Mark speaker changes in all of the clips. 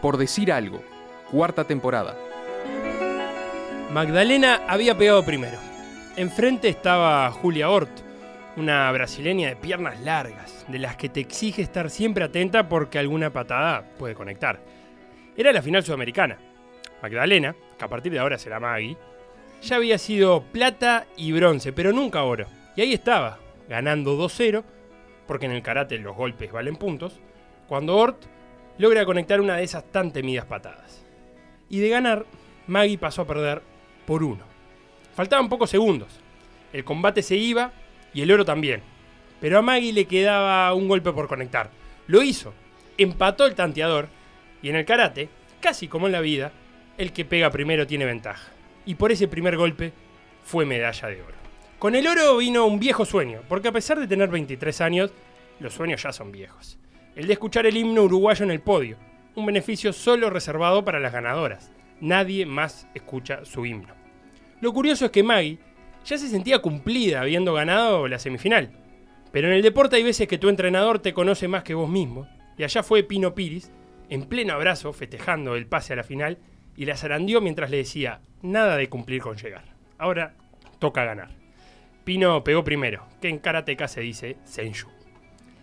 Speaker 1: Por decir algo, cuarta temporada.
Speaker 2: Magdalena había pegado primero. Enfrente estaba Julia Hort, una brasileña de piernas largas, de las que te exige estar siempre atenta porque alguna patada puede conectar. Era la final sudamericana. Magdalena, que a partir de ahora será Maggie, ya había sido plata y bronce, pero nunca oro. Y ahí estaba, ganando 2-0, porque en el karate los golpes valen puntos, cuando Hort logra conectar una de esas tan temidas patadas. Y de ganar, Maggie pasó a perder por uno. Faltaban pocos segundos. El combate se iba y el oro también. Pero a Maggie le quedaba un golpe por conectar. Lo hizo. Empató el tanteador. Y en el karate, casi como en la vida, el que pega primero tiene ventaja. Y por ese primer golpe fue medalla de oro. Con el oro vino un viejo sueño, porque a pesar de tener 23 años, los sueños ya son viejos. El de escuchar el himno uruguayo en el podio, un beneficio solo reservado para las ganadoras. Nadie más escucha su himno. Lo curioso es que Maggie ya se sentía cumplida habiendo ganado la semifinal. Pero en el deporte hay veces que tu entrenador te conoce más que vos mismo, y allá fue Pino Piris, en pleno abrazo, festejando el pase a la final, y la zarandió mientras le decía, nada de cumplir con llegar. Ahora toca ganar. Pino pegó primero, que en karateka se dice Senshu.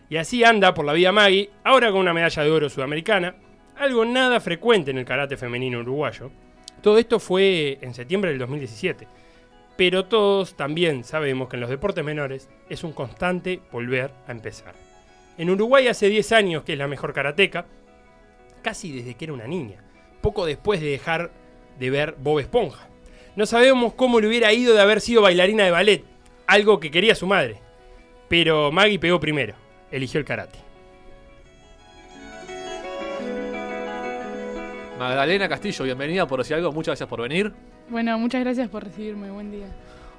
Speaker 2: Y así anda por la vida Maggie, ahora con una medalla de oro sudamericana, algo nada frecuente en el karate femenino uruguayo. Todo esto fue en septiembre del 2017. Pero todos también sabemos que en los deportes menores es un constante volver a empezar. En Uruguay hace 10 años que es la mejor karateca, casi desde que era una niña, poco después de dejar de ver Bob Esponja. No sabemos cómo le hubiera ido de haber sido bailarina de ballet, algo que quería su madre. Pero Maggie pegó primero, eligió el karate.
Speaker 1: Magdalena Castillo, bienvenida por decir algo, muchas gracias por venir.
Speaker 3: Bueno, muchas gracias por recibirme. Buen día.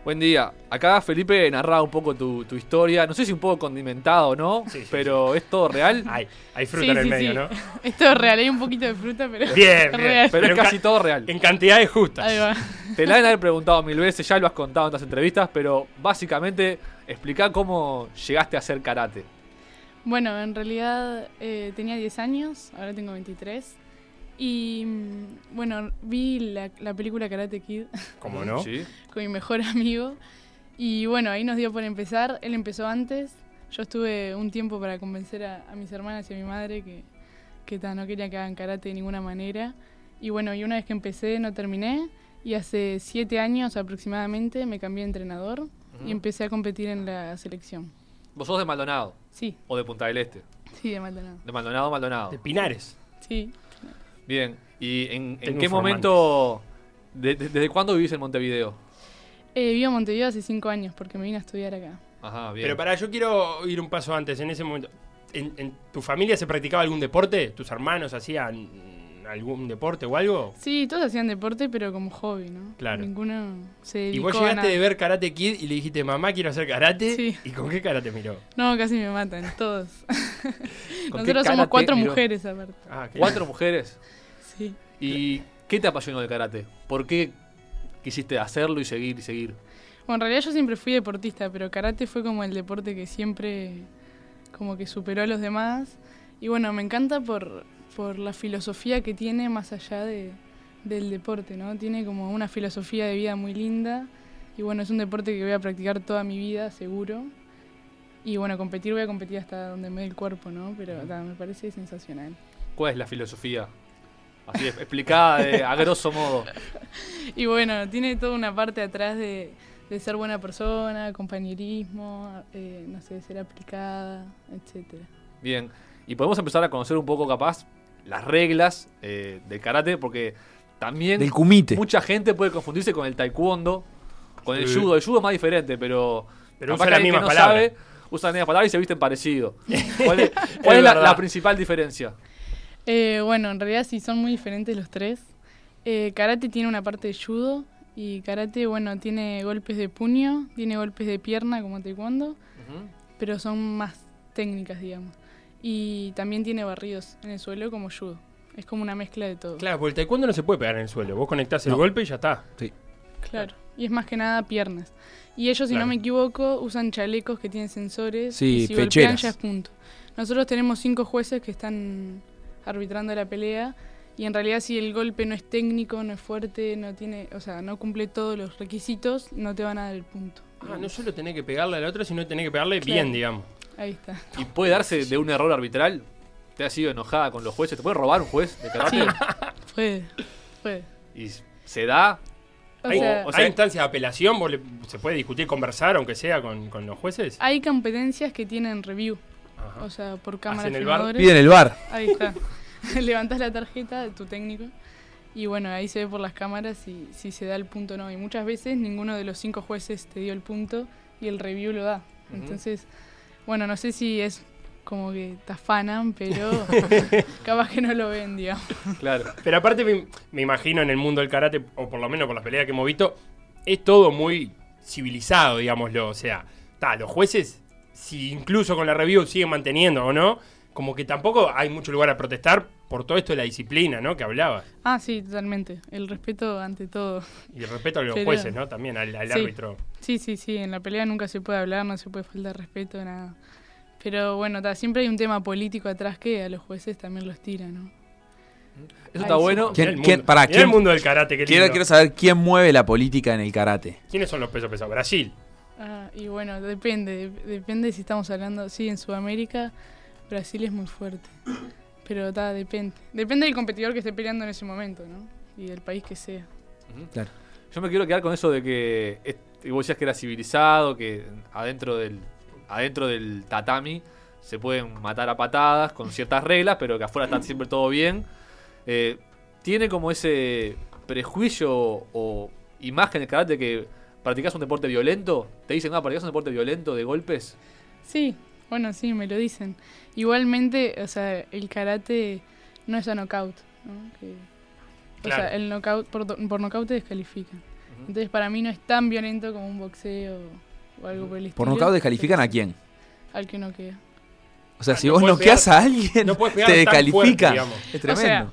Speaker 1: Buen día. Acá Felipe narraba un poco tu, tu historia, no sé si un poco condimentado, ¿no?
Speaker 2: Sí, sí,
Speaker 1: Pero es todo real.
Speaker 2: Ay, hay fruta en el medio, ¿no?
Speaker 3: Esto es real, hay un poquito de fruta, pero.
Speaker 2: Bien, bien.
Speaker 3: Real.
Speaker 1: Pero es
Speaker 2: Pero
Speaker 1: casi
Speaker 2: ca-
Speaker 1: todo real.
Speaker 2: En cantidades justas.
Speaker 3: Ahí va.
Speaker 1: Te la han de haber preguntado mil veces, ya lo has contado en otras entrevistas, pero básicamente explica cómo llegaste a hacer karate.
Speaker 3: Bueno, en realidad eh, tenía 10 años, ahora tengo 23. Y mm, bueno, vi la, la película Karate Kid
Speaker 2: ¿Cómo no?
Speaker 1: Sí.
Speaker 3: con mi mejor amigo. Y bueno, ahí nos dio por empezar. Él empezó antes. Yo estuve un tiempo para convencer a, a mis hermanas y a mi madre que, que ta, no quería que hagan karate de ninguna manera. Y bueno, y una vez que empecé no terminé. Y hace siete años aproximadamente me cambié de entrenador y empecé a competir en la selección.
Speaker 1: Vos sos de Maldonado
Speaker 3: Sí,
Speaker 1: o de Punta del Este.
Speaker 3: sí, de Maldonado.
Speaker 1: De Maldonado, Maldonado.
Speaker 2: De Pinares.
Speaker 3: Sí.
Speaker 1: Bien. ¿Y en, en
Speaker 2: Tengo
Speaker 1: qué
Speaker 2: informantes.
Speaker 1: momento, de- de- desde cuándo vivís en Montevideo?
Speaker 3: Eh, vivo en Montevideo hace cinco años porque me vine a estudiar acá.
Speaker 1: Ajá, bien.
Speaker 2: Pero para, yo quiero ir un paso antes. En ese momento, ¿en, en tu familia se practicaba algún deporte? ¿Tus hermanos hacían mm, algún deporte o algo?
Speaker 3: Sí, todos hacían deporte, pero como hobby, ¿no?
Speaker 2: Claro.
Speaker 3: Ninguno se
Speaker 2: Y
Speaker 3: dedicó
Speaker 2: vos
Speaker 3: a
Speaker 2: llegaste
Speaker 3: nada.
Speaker 2: de ver Karate Kid y le dijiste, mamá, quiero hacer karate.
Speaker 3: Sí.
Speaker 2: ¿Y con qué karate miró?
Speaker 3: No, casi me matan, todos.
Speaker 1: ¿Con qué
Speaker 3: Nosotros somos
Speaker 1: karate
Speaker 3: cuatro
Speaker 1: miró?
Speaker 3: mujeres aparte.
Speaker 2: Ah, qué-
Speaker 1: Cuatro mujeres.
Speaker 3: Sí.
Speaker 1: ¿Y qué te apasionó del karate? ¿Por qué quisiste hacerlo y seguir y seguir?
Speaker 3: Bueno, en realidad yo siempre fui deportista, pero karate fue como el deporte que siempre como que superó a los demás. Y bueno, me encanta por, por la filosofía que tiene más allá de, del deporte, ¿no? Tiene como una filosofía de vida muy linda. Y bueno, es un deporte que voy a practicar toda mi vida, seguro. Y bueno, competir voy a competir hasta donde me dé el cuerpo, ¿no? Pero ta, me parece sensacional.
Speaker 1: ¿Cuál es la filosofía? Así es, explicada de- a grosso modo.
Speaker 3: Y bueno, tiene toda una parte atrás de, de ser buena persona, compañerismo, eh, no sé, ser aplicada, etcétera.
Speaker 1: Bien, y podemos empezar a conocer un poco capaz las reglas eh, del karate, porque también
Speaker 4: Del kumite.
Speaker 1: mucha gente puede confundirse con el taekwondo, con el
Speaker 2: Sí.
Speaker 1: judo. El judo es más diferente, pero,
Speaker 2: Pero
Speaker 1: capaz
Speaker 2: usa
Speaker 1: que
Speaker 2: las
Speaker 1: alguien que
Speaker 2: mismas palabras.
Speaker 1: usan las mismas palabras y se visten parecido. ¿Cuál es, cuál es la,
Speaker 2: verdad.
Speaker 1: la principal diferencia?
Speaker 3: Eh, bueno, en realidad sí son muy diferentes los tres. Eh, karate tiene una parte de judo y karate, bueno, tiene golpes de puño, tiene golpes de pierna como taekwondo,
Speaker 1: Ujú.
Speaker 3: pero son más técnicas, digamos. Y también tiene barridos en el suelo como judo. Es como una mezcla de todo.
Speaker 2: Claro, porque el taekwondo no se puede pegar en el suelo. Vos conectás el
Speaker 4: No.
Speaker 2: golpe y ya está.
Speaker 3: Claro. Y es más que nada piernas. Y ellos, si
Speaker 2: Claro.
Speaker 3: no me equivoco, usan chalecos que tienen sensores.
Speaker 4: Sí,
Speaker 3: y si golpean
Speaker 4: pecheras.
Speaker 3: ya es punto. Nosotros tenemos cinco jueces que están arbitrando la pelea Y en realidad si el golpe no es técnico, no es fuerte, no tiene, o sea, no cumple todos los requisitos, no te van a dar el punto.
Speaker 2: Ah, no solo tenés que pegarle al otro, sino tenés que pegarle
Speaker 3: Claro.
Speaker 2: bien, digamos.
Speaker 3: Ahí está.
Speaker 1: Y puede darse de un error arbitral. Te has sido enojada con los jueces. Te puede robar un juez de karate.
Speaker 3: Sí, puede, puede.
Speaker 1: Y se da.
Speaker 3: O
Speaker 2: hay,
Speaker 3: sea,
Speaker 1: o sea-
Speaker 2: hay instancias de apelación, vos le- se puede discutir, conversar, aunque sea con, con los jueces.
Speaker 3: hay competencias que tienen review,
Speaker 2: Ajá.
Speaker 3: o sea, por cámara
Speaker 2: Hacen el bar.
Speaker 3: filmadores.
Speaker 4: Piden el bar.
Speaker 3: Ahí está. Levantás la tarjeta de tu técnico y bueno, ahí se ve por las cámaras si, si se da el punto o no. Y muchas veces ninguno de los cinco jueces te dio el punto y el review lo da.
Speaker 1: Ujú.
Speaker 3: Entonces, bueno, no sé si es como que te afanan, pero capaz que no lo ven, digamos.
Speaker 1: Claro.
Speaker 2: Pero aparte me, me imagino en el mundo del karate, o por lo menos por las peleas que hemos visto, es todo muy civilizado, digámoslo. O sea, ta, los jueces, si incluso con la review siguen manteniendo o no, como que tampoco hay mucho lugar a protestar por todo esto de la disciplina, ¿no? Que hablabas.
Speaker 3: Ah, sí, totalmente. El respeto ante todo.
Speaker 2: Y el respeto a los
Speaker 3: Pero-
Speaker 2: jueces, ¿no? También al, al
Speaker 3: Sí.
Speaker 2: árbitro.
Speaker 3: Sí, sí, sí, en la pelea nunca se puede hablar, no se puede faltar respeto, nada. Pero bueno, ta, siempre hay un tema político atrás que a los jueces también los tira, ¿no?
Speaker 1: Eso está
Speaker 3: Ay, sí.
Speaker 1: bueno.
Speaker 4: ¿Quién-
Speaker 2: Mirá el
Speaker 4: quién-
Speaker 2: mundo-
Speaker 4: pará,
Speaker 2: mirá
Speaker 4: quién-
Speaker 2: el mundo del karate, qué
Speaker 4: Quiero,
Speaker 2: lindo.
Speaker 4: quiero saber quién mueve la política en el karate.
Speaker 2: ¿Quiénes son los pesos pesados? Brasil.
Speaker 3: Ah, y bueno, depende, dep- depende si estamos hablando, sí, en Sudamérica, Brasil es muy fuerte, pero ta, depende. Depende del competidor que esté peleando en ese momento, ¿no? Y del país que sea.
Speaker 1: Yo me quiero quedar con eso de que es- y vos decías que era civilizado, que adentro del adentro del tatami se pueden matar a patadas con ciertas reglas, pero que afuera está siempre todo bien. Eh, tiene como ese prejuicio o imagen del karate que practicas un deporte violento, te dicen, ah, practicas un deporte violento de golpes.
Speaker 3: Sí, bueno, sí, me lo dicen. Igualmente, o sea, el karate no es a knockout, ¿no? Que- O
Speaker 2: Claro.
Speaker 3: sea, el knockout, por, do- por knockout te descalifican.
Speaker 1: Ujú.
Speaker 3: Entonces, para mí no es tan violento como un boxeo o algo por el estilo.
Speaker 4: ¿Por nocaut descalifican a
Speaker 3: pero-
Speaker 4: quién?
Speaker 3: Al que no queda.
Speaker 4: O sea,
Speaker 2: Ah,
Speaker 4: si
Speaker 2: no
Speaker 4: vos
Speaker 2: puede
Speaker 4: noqueas a alguien,
Speaker 2: No puedes pegar
Speaker 4: te
Speaker 2: tan fuerte,
Speaker 4: descalifican.
Speaker 2: digamos.
Speaker 4: es
Speaker 3: O sea,
Speaker 4: tremendo.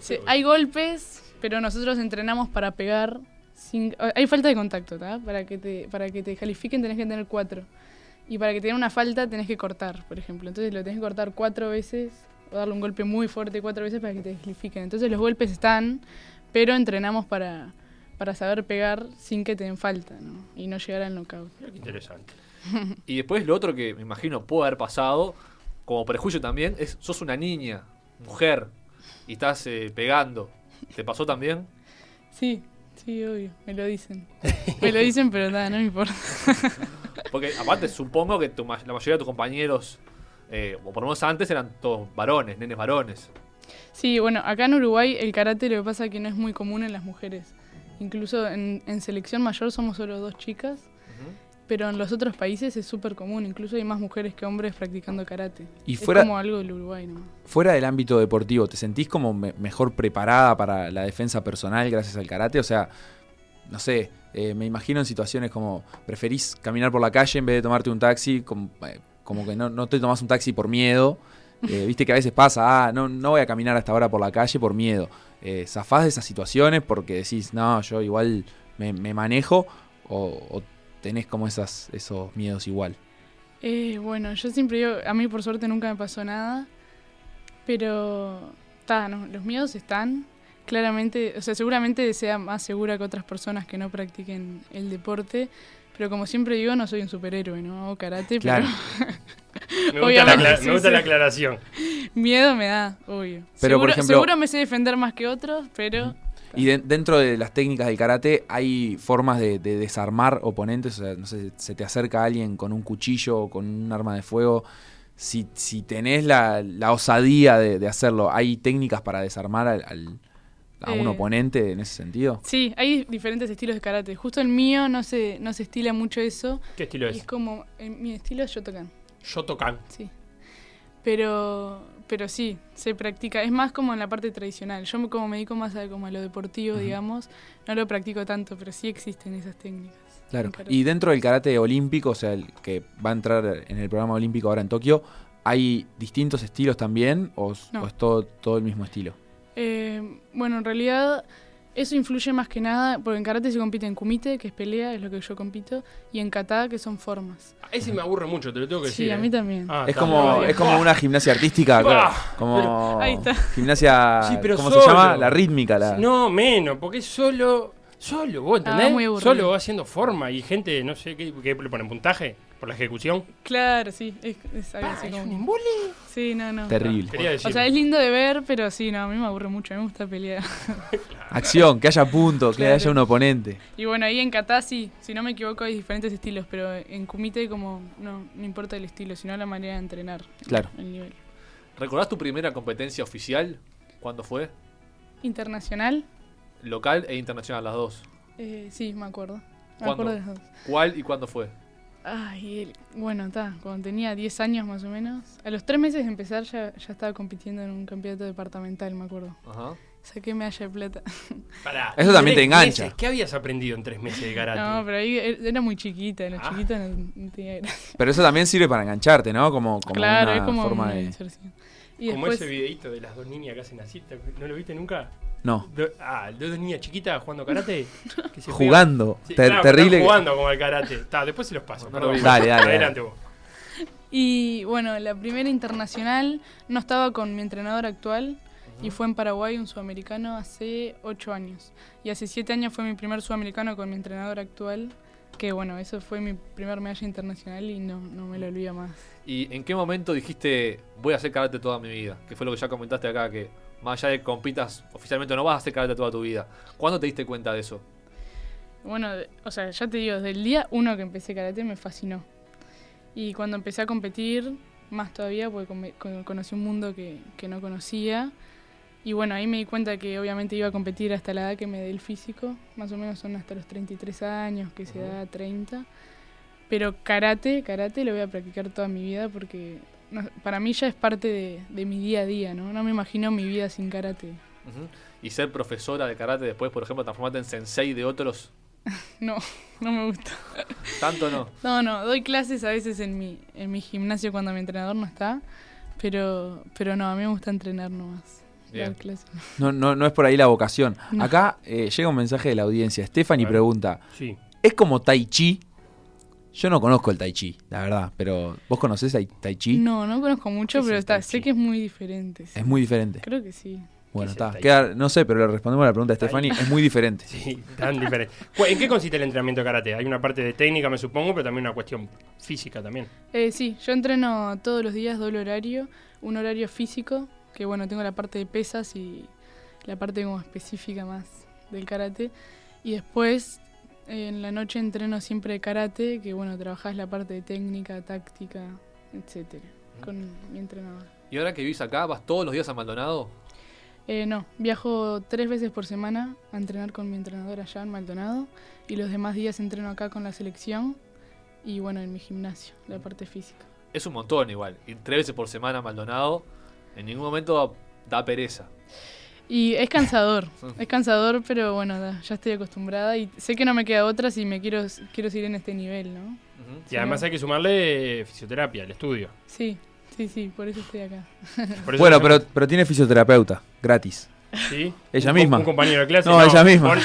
Speaker 3: Sí, hay golpes, pero nosotros entrenamos para pegar. Sin, eh, hay falta de contacto, ¿tá? Para que te para que te califiquen tenés que tener cuatro. Y para que te den una falta tenés que cortar, por ejemplo. Entonces lo tenés que cortar cuatro veces o darle un golpe muy fuerte cuatro veces para que te califiquen. Entonces los golpes están, pero entrenamos para, para saber pegar sin que te den falta, ¿no? Y no llegar al knockout.
Speaker 2: Mirá qué interesante.
Speaker 1: Y después lo otro que me imagino puede haber pasado, como prejuicio también, es sos una niña, mujer, y estás eh, pegando. ¿Te pasó también?
Speaker 3: Sí, sí, obvio. Me lo dicen. Me lo dicen, pero nada, no me importa.
Speaker 1: Porque aparte supongo que tu ma- la mayoría de tus compañeros, eh, o por lo menos antes, eran todos varones, nenes varones.
Speaker 3: Sí, bueno, acá en Uruguay el karate lo que pasa es que no es muy común en las mujeres. Incluso en, en selección mayor somos solo dos chicas, pero en los otros países es súper común. Incluso hay más mujeres que hombres practicando karate.
Speaker 4: Y
Speaker 3: es
Speaker 4: fuera-
Speaker 3: como algo del Uruguay nomás.
Speaker 4: Fuera del ámbito deportivo, ¿te sentís como me- mejor preparada para la defensa personal gracias al karate? O sea, no sé, eh, me imagino en situaciones como preferís caminar por la calle en vez de tomarte un taxi, como, eh, como que no, no te tomás un taxi por miedo. Eh, Viste que a veces pasa, ah, no, no voy a caminar hasta ahora por la calle por miedo. Eh, ¿Zafás de esas situaciones porque decís, no, yo igual me, me manejo? O, o tenés como esas, esos miedos igual?
Speaker 3: Eh, bueno, yo siempre digo, a mí por suerte nunca me pasó nada, pero ta, no, los miedos están. Claramente, o sea, seguramente sea más segura que otras personas que no practiquen el deporte, pero como siempre digo, no soy un superhéroe, ¿no? Hago karate,
Speaker 4: Claro.
Speaker 3: pero...
Speaker 2: Me gusta, la,
Speaker 3: Obviamente,
Speaker 2: acla-
Speaker 3: sí,
Speaker 2: me gusta la
Speaker 3: sí.
Speaker 2: aclaración.
Speaker 3: Miedo me da, obvio.
Speaker 4: Pero,
Speaker 3: seguro,
Speaker 4: por ejemplo-
Speaker 3: seguro me sé defender más que otros, pero
Speaker 4: Y de- dentro de las técnicas del karate hay formas de, de desarmar oponentes. O sea, no sé, se te acerca alguien con un cuchillo o con un arma de fuego. Si, si tenés la, la osadía de, de hacerlo, ¿hay técnicas para desarmar al- al- a un
Speaker 3: Eh.
Speaker 4: oponente en ese sentido?
Speaker 3: sí, hay diferentes estilos de karate. Justo el mío no se, no se estila mucho eso.
Speaker 2: ¿Qué estilo
Speaker 3: Y es
Speaker 2: es?
Speaker 3: como, en mi estilo es Shotokan,
Speaker 2: Shotokan.
Speaker 3: sí. Pero, pero sí, se practica. Es más como en la parte tradicional. Yo me- como me dedico más a, como a lo deportivo, digamos, no lo practico tanto, pero sí existen esas técnicas.
Speaker 4: Claro.
Speaker 3: en karate.
Speaker 4: Y dentro del karate olímpico, o sea, el que va a entrar en el programa olímpico ahora en Tokio, ¿hay distintos estilos también o, s-
Speaker 3: No.
Speaker 4: o es todo, todo el mismo estilo?
Speaker 3: Eh, bueno, en realidad Eso influye más que nada, porque en karate se compite en kumite, que es pelea, es lo que yo compito, y en kata, que son formas.
Speaker 2: Ah, Ese me aburre mucho, te lo tengo que
Speaker 3: Sí,
Speaker 2: decir.
Speaker 3: a
Speaker 2: eh.
Speaker 3: mí también.
Speaker 2: Ah,
Speaker 4: Es
Speaker 2: está,
Speaker 4: como,
Speaker 2: está
Speaker 4: es como
Speaker 2: bien.
Speaker 4: una gimnasia artística, claro. Como
Speaker 3: Ahí está.
Speaker 4: gimnasia,
Speaker 2: Sí, pero
Speaker 4: ¿cómo
Speaker 2: solo.
Speaker 4: se llama? La rítmica. La...
Speaker 2: No, menos, porque es solo. Solo, ¿vos
Speaker 3: Ah,
Speaker 2: entendés?
Speaker 3: muy aburrido.
Speaker 2: solo va haciendo forma y gente, no sé, ¿qué, qué le ponen puntaje? ¿Por la ejecución?
Speaker 3: Claro, sí, es, es algo
Speaker 2: Ah,
Speaker 3: así
Speaker 2: es un
Speaker 3: como-
Speaker 2: embole.
Speaker 3: Sí, no, no.
Speaker 4: Terrible.
Speaker 2: Quería
Speaker 3: O
Speaker 2: decir.
Speaker 3: sea, es lindo de ver, pero sí, no, a mí me aburre mucho, a mí me gusta pelear.
Speaker 4: Acción, que haya puntos, que
Speaker 3: Claro.
Speaker 4: haya un oponente.
Speaker 3: Y bueno, ahí en kata sí, si no me equivoco hay diferentes estilos, pero en kumite como no, no importa el estilo, sino la manera de entrenar.
Speaker 4: Claro.
Speaker 3: El nivel.
Speaker 1: ¿Recordás tu primera competencia oficial? ¿Cuándo fue?
Speaker 3: Internacional,
Speaker 1: Local e internacional, las dos.
Speaker 3: eh, sí, me acuerdo. Me
Speaker 1: ¿Cuándo?
Speaker 3: acuerdo de los dos.
Speaker 1: ¿Cuál y cuándo fue?
Speaker 3: Ay, el- bueno, está, cuando tenía 10 años más o menos. A los 3 meses de empezar ya, ya estaba compitiendo en un campeonato departamental, me acuerdo.
Speaker 1: Ajá.
Speaker 3: Saqué medalla de plata.
Speaker 2: Pará,
Speaker 4: Eso también
Speaker 2: tres
Speaker 4: te engancha.
Speaker 2: meses, ¿Qué habías aprendido en tres meses de karate?
Speaker 3: No, pero ahí er- era muy chiquita, los
Speaker 2: Ah.
Speaker 3: chiquitos no, no tenía gracia.
Speaker 4: Pero eso también sirve para engancharte, ¿no? Como, como
Speaker 3: Claro,
Speaker 4: una
Speaker 3: es como
Speaker 4: forma
Speaker 3: una
Speaker 4: de.
Speaker 3: inserción. Y
Speaker 2: como
Speaker 3: después,
Speaker 2: ese videito de las dos niñas que hacen así, ¿te- ¿no lo viste nunca?
Speaker 4: No,
Speaker 2: Do- ah, dos niñas chiquitas jugando karate. que se pegan.
Speaker 4: jugando.
Speaker 2: Sí,
Speaker 4: Ter-
Speaker 2: claro, que
Speaker 4: terrible.
Speaker 2: Están
Speaker 4: que-
Speaker 2: jugando como al karate. Está, después se los paso.
Speaker 1: No lo
Speaker 2: perdón.
Speaker 1: vi.
Speaker 4: Dale, dale,
Speaker 2: Adelante vos.
Speaker 3: Y bueno, la primera internacional no estaba con mi entrenador actual y fue en Paraguay, un sudamericano, hace 8 años. Y hace 7 años fue mi primer sudamericano con mi entrenador actual, que bueno, eso fue mi primer medalla internacional y no, no me lo olvido más.
Speaker 1: ¿Y en qué momento dijiste, voy a hacer karate toda mi vida? Que fue lo que ya comentaste acá, que más allá de que compitas oficialmente, no vas a hacer karate toda tu vida. ¿Cuándo te diste cuenta de eso?
Speaker 3: Bueno, de- o sea, ya te digo, desde el día uno que empecé karate me fascinó. Y cuando empecé a competir, más todavía, porque come- con- conocí un mundo que, que no conocía. Y bueno, ahí me di cuenta que obviamente iba a competir hasta la edad que me dé el físico. Más o menos son hasta los 33 años, que se
Speaker 1: Ujú.
Speaker 3: da 30. Pero karate, karate lo voy a practicar toda mi vida porque no- para mí ya es parte de, de mi día a día, ¿no? No me imagino mi vida sin karate.
Speaker 1: Ujú. Y ser profesora de karate después, por ejemplo, transformarte en sensei de otros,
Speaker 3: No, no me gusta.
Speaker 1: tanto no.
Speaker 3: No, no, doy clases a veces en mi, en mi gimnasio cuando mi entrenador no está, pero, pero no, a mí me gusta entrenar nomás.
Speaker 1: Bien.
Speaker 3: Dar clases.
Speaker 4: No, no, no es por ahí la vocación.
Speaker 3: No.
Speaker 4: Acá eh, llega un mensaje de la audiencia. Stephanie
Speaker 2: A ver.
Speaker 4: pregunta:
Speaker 2: Sí.
Speaker 4: ¿Es como Tai Chi? Yo no conozco el Tai Chi, la verdad, pero ¿vos conocés Tai- Tai Chi?
Speaker 3: No, no conozco mucho,
Speaker 2: ¿Qué es
Speaker 3: pero
Speaker 2: el
Speaker 3: está,
Speaker 2: tai
Speaker 3: sé
Speaker 2: chi?
Speaker 3: que es muy diferente. sí.
Speaker 4: Es muy diferente.
Speaker 3: Creo que sí.
Speaker 4: Bueno,
Speaker 2: es el
Speaker 4: está.
Speaker 2: Tai
Speaker 4: Queda- no sé, pero le respondemos a la pregunta de
Speaker 2: Tai-
Speaker 4: Stephanie. Es muy diferente.
Speaker 2: Sí, tan diferente. Cu- ¿En qué consiste el entrenamiento de karate? Hay una parte de técnica, me supongo, pero también una cuestión física también.
Speaker 3: Eh, sí, yo entreno todos los días, doble horario, un horario físico, que bueno, tengo la parte de pesas y la parte como específica más del karate. Y después, eh, en la noche entreno siempre karate, que bueno, trabajás la parte de técnica, táctica, etcétera, con mi entrenador.
Speaker 1: Y ahora que vivís acá, ¿vas todos los días a Maldonado?
Speaker 3: Eh, no, viajo tres veces por semana a entrenar con mi entrenador allá en Maldonado y los demás días entreno acá con la selección y bueno, en mi gimnasio, la parte física.
Speaker 1: Es un montón igual. Ir tres veces por semana a Maldonado, en ningún momento da pereza.
Speaker 3: Y es cansador, es cansador, pero bueno, da, ya estoy acostumbrada y sé que no me queda otra si me quiero, quiero seguir en este nivel, ¿no?
Speaker 1: Ujú.
Speaker 2: Y además hay que sumarle eh, fisioterapia al estudio.
Speaker 3: Sí, sí, sí, por eso estoy acá.
Speaker 2: Por eso
Speaker 4: Bueno,
Speaker 2: se
Speaker 4: pero,
Speaker 2: llama-
Speaker 4: pero tiene fisioterapeuta, gratis.
Speaker 2: ¿sí?
Speaker 4: ella
Speaker 2: Un co-
Speaker 4: misma.
Speaker 2: Un compañero de clase.
Speaker 4: No, ella misma.
Speaker 2: vos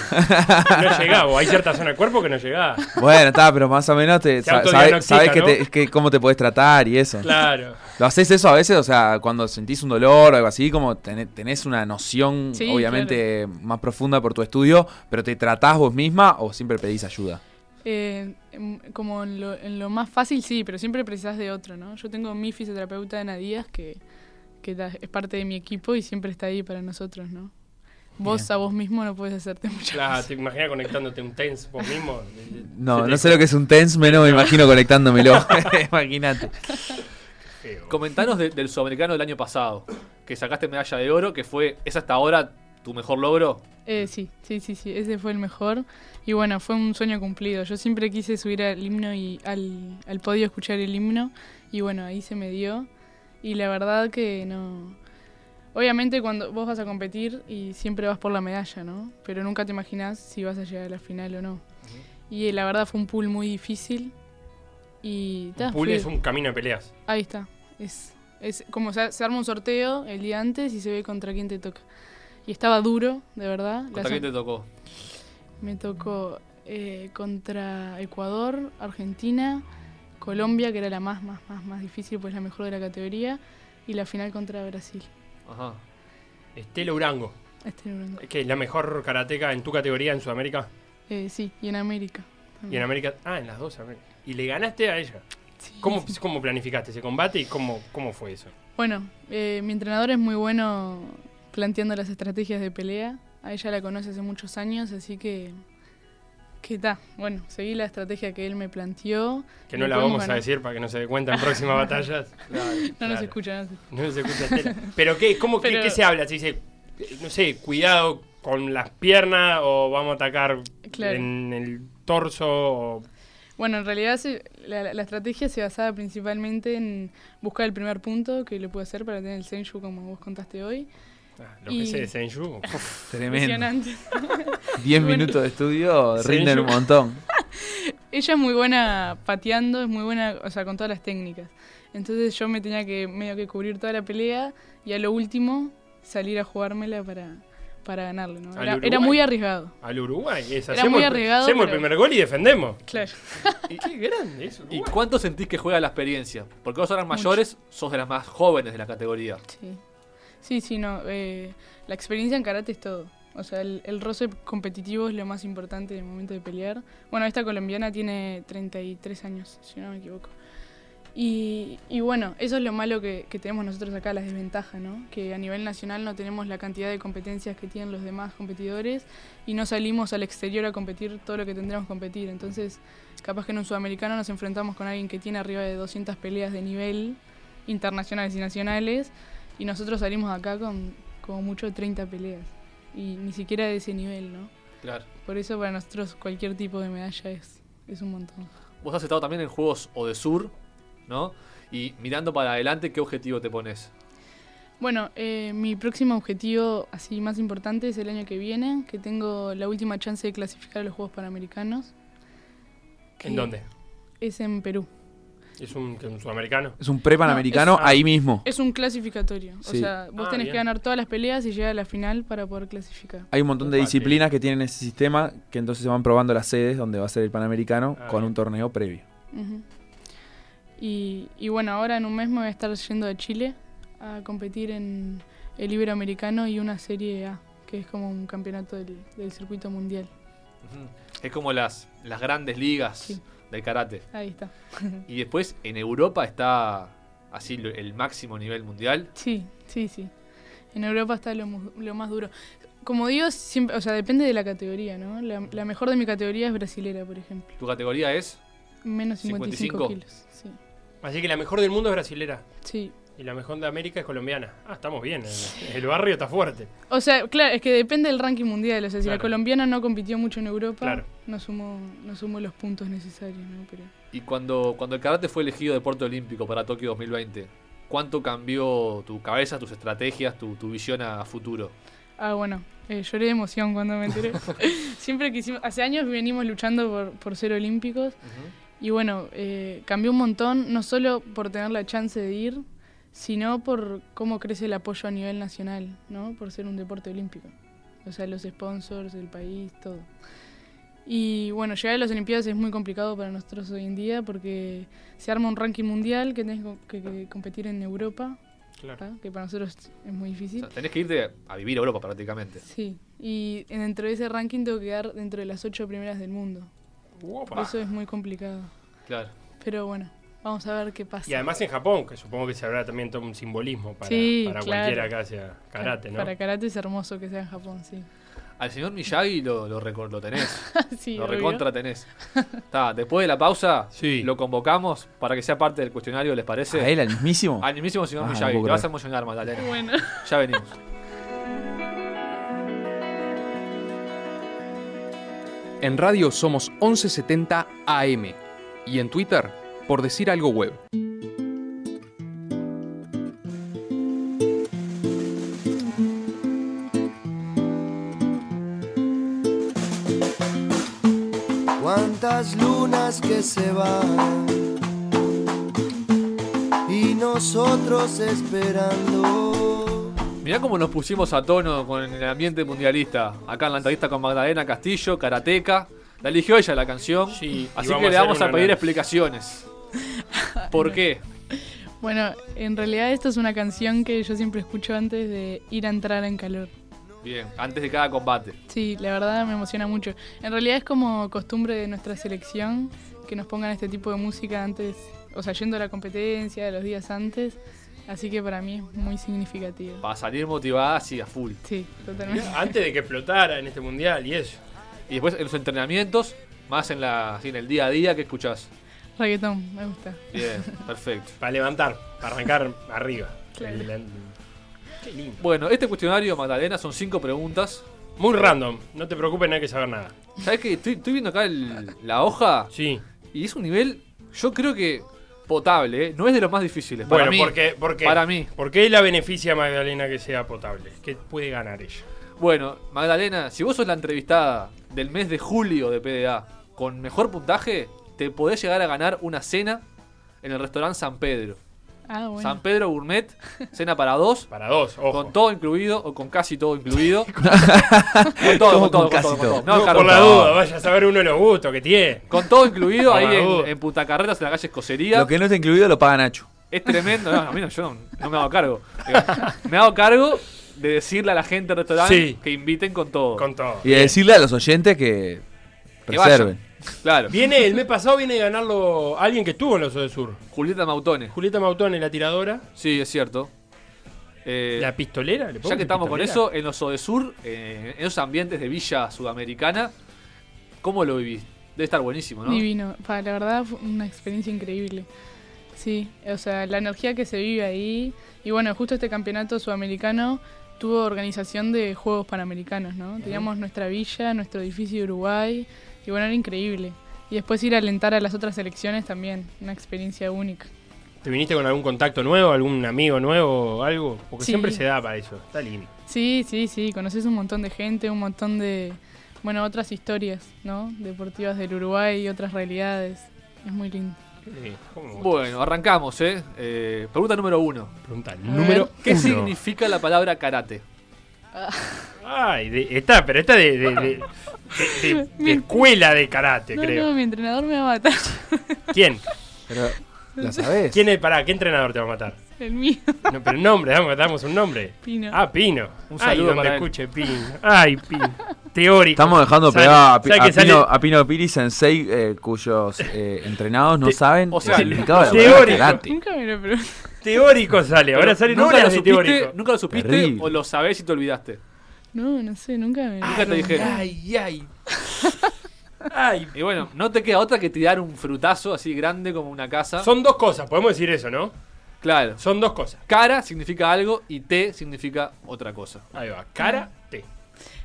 Speaker 2: No llegaba, hay cierta zona del cuerpo que no llegaba.
Speaker 4: Bueno, está, pero más o menos te,
Speaker 2: Se
Speaker 4: sa-
Speaker 2: autodiagnostica,
Speaker 4: sabes, sabes que
Speaker 2: ¿no?
Speaker 4: te- que cómo te podés tratar y eso.
Speaker 2: Claro.
Speaker 4: ¿Lo haces eso a veces? O sea, cuando sentís un dolor o algo así, como tené- tenés una noción
Speaker 3: Sí,
Speaker 4: obviamente más profunda por tu estudio, pero te tratás vos misma o siempre pedís ayuda.
Speaker 3: Eh, en- como en lo, en lo más fácil, sí, pero siempre precisas de otro, ¿no? Yo tengo mi fisioterapeuta Ana Díaz, que, que da- es parte de mi equipo y siempre está ahí para nosotros, ¿no? Vos
Speaker 4: Bien.
Speaker 3: a vos mismo no puedes hacerte mucho.
Speaker 2: Claro, te imaginas conectándote un tense vos mismo.
Speaker 4: No, no sé lo que es un TENS, menos me imagino conectándomelo. Imagínate.
Speaker 2: Feo.
Speaker 1: Comentanos de- del sudamericano del año pasado, que sacaste medalla de oro, que fue, ¿es hasta ahora tu mejor logro?
Speaker 3: Eh, sí, sí, sí, sí, ese fue el mejor. Y bueno, fue un sueño cumplido. Yo siempre quise subir al himno y al, al podio a escuchar el himno. Y bueno, ahí se me dio. Y la verdad que no. Obviamente cuando vos vas a competir y siempre vas por la medalla, ¿no? Pero nunca te imaginás si vas a llegar a la final o no. Y eh, la verdad fue un pool muy difícil. Y ta,
Speaker 2: Un pool
Speaker 3: fui-
Speaker 2: es un camino de peleas.
Speaker 3: Ahí está. Es, es como se, se arma un sorteo el día antes y se ve contra quién te toca. Y estaba duro, de verdad. La
Speaker 1: ¿Contra quién te tocó?
Speaker 3: Me tocó eh, contra Ecuador, Argentina, Colombia, que era la más, más, más, más difícil, pues la mejor de la categoría, y la final contra Brasil.
Speaker 1: Ajá.
Speaker 2: Estela Urango,
Speaker 3: Este era un-
Speaker 2: que es la mejor karateca en tu categoría en Sudamérica
Speaker 3: eh, sí, y en América.
Speaker 2: y
Speaker 3: Mm.
Speaker 2: en América. Ah, en las dos, América. Y le ganaste a ella.
Speaker 3: Sí,
Speaker 2: ¿Cómo,
Speaker 3: sí.
Speaker 2: cómo planificaste ese combate y cómo, cómo fue eso?
Speaker 3: Bueno, eh, mi entrenador es muy bueno planteando las estrategias de pelea. A ella la conoce hace muchos años, así que. ¿Qué tal? Bueno, seguí la estrategia que él me planteó.
Speaker 2: Que no
Speaker 3: Y
Speaker 2: la
Speaker 3: podemos
Speaker 2: vamos a
Speaker 3: ganar.
Speaker 2: decir para que no se dé cuenta en próximas batallas.
Speaker 3: No nos
Speaker 2: Claro.
Speaker 3: escucha, no nos escucha.
Speaker 2: No se escucha Estela. Pero qué, ¿cómo qué-
Speaker 3: Pero-
Speaker 2: qué se habla? Se dice, eh, no sé, cuidado con las piernas o vamos a atacar
Speaker 3: Claro.
Speaker 2: en el torso o
Speaker 3: Bueno, en realidad se- la, la- la estrategia se basaba principalmente en buscar el primer punto que le pude hacer para tener el Senju, como vos contaste hoy.
Speaker 2: ah, lo
Speaker 3: Y-
Speaker 2: que sea de Senju.
Speaker 4: Tremendo.
Speaker 3: Impresionante.
Speaker 4: 10
Speaker 3: Bueno.
Speaker 4: minutos de estudio
Speaker 2: Sí,
Speaker 4: rinden
Speaker 2: yo-
Speaker 4: un montón.
Speaker 3: Ella es muy buena pateando, es muy buena, o sea, con todas las técnicas. Entonces yo me tenía que medio que cubrir toda la pelea y a lo último salir a jugármela para, para ganarle, ¿no?
Speaker 2: Al
Speaker 3: Era, era
Speaker 2: Uruguay.
Speaker 3: muy arriesgado.
Speaker 2: Al Uruguay, es
Speaker 3: Era
Speaker 2: hacemos
Speaker 3: muy
Speaker 2: el-
Speaker 3: arriesgado,
Speaker 2: Hacemos el
Speaker 3: pero-
Speaker 2: primer gol y defendemos.
Speaker 3: Claro.
Speaker 2: Y qué grande es Uruguay.
Speaker 1: ¿Y cuánto sentís que juega la experiencia? Porque vos eras mayores, sos de las más jóvenes de la categoría.
Speaker 3: Sí. Sí, sí, no. eh, la experiencia en karate es todo. O sea, el, el roce competitivo es lo más importante en el momento de pelear. Bueno, esta colombiana tiene 33 años, si no me equivoco. Y, y bueno, eso es lo malo que, que tenemos nosotros acá, la desventaja, ¿no? Que a nivel nacional no tenemos la cantidad de competencias que tienen los demás competidores y no salimos al exterior a competir todo lo que tendríamos que competir. Entonces, capaz que en un sudamericano nos enfrentamos con alguien que tiene arriba de 200 peleas de nivel internacionales y nacionales y nosotros salimos acá con como mucho 30 peleas. Y ni siquiera de ese nivel, ¿no?
Speaker 1: Claro.
Speaker 3: Por eso para nosotros cualquier tipo de medalla es, es un montón.
Speaker 1: Vos has estado también en juegos o de sur, ¿no? Y mirando para adelante, ¿qué objetivo te pones?
Speaker 3: Bueno, eh, mi próximo objetivo así más importante es el año que viene, que tengo la última chance de clasificar a los Juegos Panamericanos.
Speaker 2: ¿En dónde?
Speaker 3: Es en Perú.
Speaker 2: Es un, que un sudamericano.
Speaker 4: Es un pre-panamericano
Speaker 2: es-
Speaker 4: ahí mismo.
Speaker 3: Es un clasificatorio. O
Speaker 4: Sí.
Speaker 3: sea, vos
Speaker 2: Ah,
Speaker 3: tenés
Speaker 2: bien.
Speaker 3: que ganar todas las peleas y llegar a la final para poder clasificar.
Speaker 4: Hay un montón de
Speaker 2: Upa,
Speaker 4: disciplinas que tienen ese sistema que entonces se van probando las sedes donde va a ser el Panamericano
Speaker 2: Ah,
Speaker 4: con
Speaker 2: bien.
Speaker 4: un torneo previo.
Speaker 3: Ujú. y, y bueno, ahora en un mes me voy a estar yendo a Chile a competir en el Iberoamericano y una Serie A, que es como un campeonato del, del circuito mundial.
Speaker 1: Ujú. Es como las, las grandes ligas
Speaker 3: Sí.
Speaker 1: del karate.
Speaker 3: Ahí está.
Speaker 1: Y después en Europa está así lo- el máximo nivel mundial.
Speaker 3: Sí, sí, sí. En Europa está lo, mu- lo más duro. Como digo, siempre, o sea, depende de la categoría, ¿no? La, la mejor de mi categoría es brasilera, por ejemplo.
Speaker 1: Tu categoría es.
Speaker 3: Menos 55
Speaker 1: 55.
Speaker 3: kilos. Sí.
Speaker 2: Así que la mejor del mundo es brasilera.
Speaker 3: sí.
Speaker 2: Y la mejor de América es colombiana. Ah, estamos bien. El, el barrio está fuerte.
Speaker 3: O sea, claro, es que depende del ranking mundial. O sea, si la
Speaker 2: Claro.
Speaker 3: colombiana no compitió mucho en Europa,
Speaker 2: Claro.
Speaker 3: no, sumó, no sumó los puntos necesarios, ¿no? Pero...
Speaker 1: Y cuando, cuando el karate fue elegido deporte olímpico para Tokio 2020, ¿cuánto cambió tu cabeza, tus estrategias, tu, tu visión a futuro?
Speaker 3: Ah, bueno, eh, lloré de emoción cuando me enteré. Siempre quisimos, hace años venimos luchando por, por ser olímpicos Y bueno, eh, cambió un montón, no solo por tener la chance de ir, sino por cómo crece el apoyo a nivel nacional, ¿no? Por ser un deporte olímpico. O sea, los sponsors, el país, todo. Y bueno, llegar a las Olimpiadas es muy complicado para nosotros hoy en día porque se arma un ranking mundial que tenés que, que competir en Europa,
Speaker 2: Claro.
Speaker 3: ¿verdad? que para nosotros es muy
Speaker 1: O
Speaker 3: difícil.
Speaker 1: sea, tenés que irte a vivir a Europa prácticamente.
Speaker 3: Sí, y dentro de ese ranking tengo que quedar dentro de las ocho primeras del mundo.
Speaker 2: Uopa.
Speaker 3: Por eso es muy complicado.
Speaker 1: Claro.
Speaker 3: Pero bueno, vamos a ver qué pasa.
Speaker 2: Y además en Japón, que supongo que se habrá también todo un simbolismo para,
Speaker 3: Sí,
Speaker 2: para
Speaker 3: claro.
Speaker 2: cualquiera que haga karate, ¿no?
Speaker 3: Para karate es hermoso que sea en Japón, sí. Ah,
Speaker 1: Al señor Miyagi lo, lo, recor- lo tenés,
Speaker 3: sí
Speaker 1: lo
Speaker 3: obvio.
Speaker 1: recontra tenés. Está, después de la pausa,
Speaker 2: Sí.
Speaker 1: lo convocamos para que sea parte del cuestionario, ¿les parece?
Speaker 4: ¿A él, al mismísimo?
Speaker 1: Al mismísimo señor
Speaker 4: Ah, no
Speaker 1: Miyagi.
Speaker 4: puedo
Speaker 1: Te vas a
Speaker 4: creer.
Speaker 1: emocionar, Magdalena.
Speaker 3: Bueno,
Speaker 1: Ya venimos.
Speaker 5: En radio somos 1170 AM y en Twitter por decir algo web.
Speaker 6: cuántas lunas que se van y nosotros esperando.
Speaker 1: Mirá cómo nos pusimos a tono con el ambiente mundialista. Acá en la entrevista con Magdalena Castillo, Karateca. La eligió ella la canción.
Speaker 2: Sí, y
Speaker 1: así
Speaker 2: vamos
Speaker 1: que le
Speaker 2: a hacer
Speaker 1: vamos a
Speaker 2: un
Speaker 1: pedir
Speaker 2: análisis.
Speaker 1: explicaciones. ¿Por qué?
Speaker 3: Bueno, en realidad esta es una canción que yo siempre escucho antes de ir a entrar en calor.
Speaker 1: Bien, antes de cada combate.
Speaker 3: Sí, la verdad me emociona mucho. En realidad es como costumbre de nuestra selección que nos pongan este tipo de música antes, o sea, yendo a la competencia, los días antes. Así que para mí es muy significativo.
Speaker 1: Para salir motivada así a full.
Speaker 3: Sí, totalmente.
Speaker 2: Antes de que explotara en este mundial y eso.
Speaker 1: Y después en los entrenamientos, más en la así en el día a día, ¿qué escuchás?
Speaker 3: Reggaetón, me gusta.
Speaker 1: Bien, perfecto.
Speaker 2: Para levantar, para arrancar arriba.
Speaker 3: Claro.
Speaker 2: El- el- Qué lindo.
Speaker 1: Bueno, este cuestionario, Magdalena, son cinco preguntas.
Speaker 2: Muy random, no te preocupes, no hay que saber nada.
Speaker 1: ¿Sabes qué? Estoy, estoy viendo acá el- la hoja
Speaker 2: Sí.
Speaker 1: y es un nivel, yo creo que potable, ¿eh? No es de los más difíciles. Para
Speaker 2: bueno,
Speaker 1: mí.
Speaker 2: porque, porque,
Speaker 1: Para mí.
Speaker 2: ¿por qué la beneficia a Magdalena que sea potable? ¿Qué puede ganar ella?
Speaker 1: Bueno, Magdalena, si vos sos la entrevistada del mes de julio de PDA con mejor puntaje, te podés llegar a ganar una cena en el restaurante San Pedro.
Speaker 3: Ah,
Speaker 1: San
Speaker 3: bueno.
Speaker 1: Pedro Gourmet, cena para dos,
Speaker 2: Para dos, ojo.
Speaker 1: con todo incluido o con casi todo incluido. con todo, con todo, con
Speaker 4: casi
Speaker 1: todo. con
Speaker 4: todo?
Speaker 1: todo.
Speaker 2: No,
Speaker 1: No, Carlos,
Speaker 2: por la
Speaker 1: no.
Speaker 2: duda, vaya a saber uno de los gustos que tiene.
Speaker 1: Con todo incluido
Speaker 2: Por
Speaker 1: ahí
Speaker 2: la
Speaker 1: en,
Speaker 2: duda.
Speaker 1: en Punta Carretas, en la calle Escocería.
Speaker 4: Lo que no está incluido lo paga Nacho.
Speaker 1: Es tremendo. No, a mí no, yo no, no me hago cargo. Digo, Me hago cargo de decirle a la gente del restaurante
Speaker 2: Sí.
Speaker 1: que inviten con todo.
Speaker 2: Con todo.
Speaker 4: Y de decirle a los oyentes que
Speaker 1: Que vayan.
Speaker 4: reserven.
Speaker 1: Claro.
Speaker 2: Viene, el mes pasado viene a ganarlo alguien que estuvo en los de Sur.
Speaker 1: Julieta Mautone.
Speaker 2: Julieta Mautone, la tiradora,
Speaker 1: Sí, es cierto. Eh,
Speaker 2: la pistolera. ¿le
Speaker 1: ya
Speaker 2: podemos
Speaker 1: que
Speaker 2: decir
Speaker 1: estamos con
Speaker 2: pistolera?
Speaker 1: eso, en los Odesur, eh, en esos ambientes de villa sudamericana, ¿cómo lo vivís? Debe estar buenísimo, ¿no?
Speaker 3: Divino. Pa, la verdad fue una experiencia increíble. Sí, o sea, la energía que se vive ahí. Y bueno, justo este campeonato sudamericano tuvo organización de Juegos Panamericanos, ¿no? Teníamos nuestra villa, nuestro edificio de Uruguay. Y bueno, era increíble. Y después ir a alentar a las otras selecciones también, una experiencia única.
Speaker 2: ¿Te viniste con algún contacto nuevo, algún amigo nuevo o algo? Porque
Speaker 3: Sí.
Speaker 2: siempre se da para eso. Está lindo.
Speaker 3: Sí, sí, sí, conoces un montón de gente, un montón de, bueno, otras historias, ¿no? Deportivas del Uruguay y otras realidades. Es muy lindo.
Speaker 2: Sí, ¿cómo me gusta?
Speaker 1: Bueno, arrancamos, ¿eh? Eh, Pregunta número uno.
Speaker 2: Pregunta número
Speaker 1: ¿Qué
Speaker 2: uno.
Speaker 1: significa la palabra karate?
Speaker 2: Ay, de- está, pero está de, de, de- de- de- de escuela de karate,
Speaker 3: No,
Speaker 2: creo.
Speaker 3: no, mi entrenador me va a matar,
Speaker 2: ¿Quién?
Speaker 4: Pero, ¿la sabés?
Speaker 2: ¿Quién es? Pará, ¿qué entrenador te va a matar?
Speaker 3: el mío.
Speaker 2: No, pero nombre, damos, damos un nombre.
Speaker 3: Pino.
Speaker 2: Ah, Pino.
Speaker 1: Un
Speaker 2: Ay,
Speaker 1: saludo
Speaker 2: donde
Speaker 1: para él.
Speaker 2: escuche Pino. Ay, Pino. Teórico.
Speaker 4: Estamos dejando
Speaker 2: Sale-
Speaker 4: pegado a, Pi-
Speaker 2: ¿sabe
Speaker 4: a
Speaker 2: que sale?
Speaker 4: Pino, a Pino Piri Sensei, eh, cuyos eh, entrenados no
Speaker 2: Te-
Speaker 4: saben
Speaker 1: o sea,
Speaker 4: el significado de la
Speaker 2: teórico.
Speaker 4: palabra karate.
Speaker 3: Nunca me lo pregunté.
Speaker 2: Teórico sale. Ahora
Speaker 1: Pero
Speaker 2: salen
Speaker 1: ¿Nunca lo
Speaker 2: horas de
Speaker 1: supiste,
Speaker 2: teórico.
Speaker 1: ¿Nunca lo supiste
Speaker 4: Terrible.
Speaker 1: o lo sabés y te olvidaste?
Speaker 3: No, no sé, nunca me lo
Speaker 1: Nunca te dijeron.
Speaker 2: Ay, ay. Ay.
Speaker 1: Y bueno, no te queda otra que tirar un frutazo así grande como una casa.
Speaker 2: Son dos cosas, podemos decir eso, ¿no?
Speaker 1: Claro.
Speaker 2: Son dos cosas.
Speaker 1: Cara significa algo y te significa otra cosa.
Speaker 2: Ahí va. Cara, te.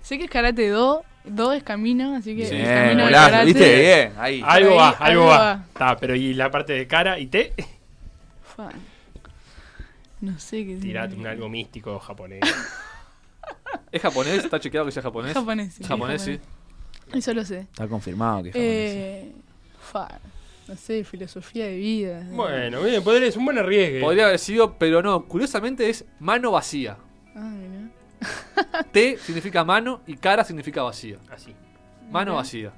Speaker 3: Sé que es karate do, do es camino, así que el
Speaker 4: Bien,
Speaker 3: camino del
Speaker 4: golazo,
Speaker 3: karate.
Speaker 4: ¿viste?
Speaker 1: eh.
Speaker 4: Bien, ahí.
Speaker 1: Ah.
Speaker 2: Algo
Speaker 3: Ahí,
Speaker 2: va, algo
Speaker 3: algo
Speaker 2: va.
Speaker 3: va.
Speaker 2: Está, pero y la parte de cara y te.
Speaker 3: Fa. No sé qué
Speaker 2: Tirate un
Speaker 3: significa.
Speaker 2: algo místico japonés.
Speaker 1: ¿Es japonés? ¿Está chequeado que sea japonés?
Speaker 3: Japonés, sí.
Speaker 1: Japonés, sí.
Speaker 3: Eso lo sé.
Speaker 4: Está confirmado que es japonés.
Speaker 3: Eh, fa. No sé, filosofía de vida.
Speaker 2: bueno, bien, podría- es un buen arriesgue.
Speaker 1: Podría haber sido, pero no. Curiosamente es mano vacía.
Speaker 3: Ah, mirá.
Speaker 1: Te significa mano y cara significa vacía.
Speaker 2: Así.
Speaker 1: Mano vacía.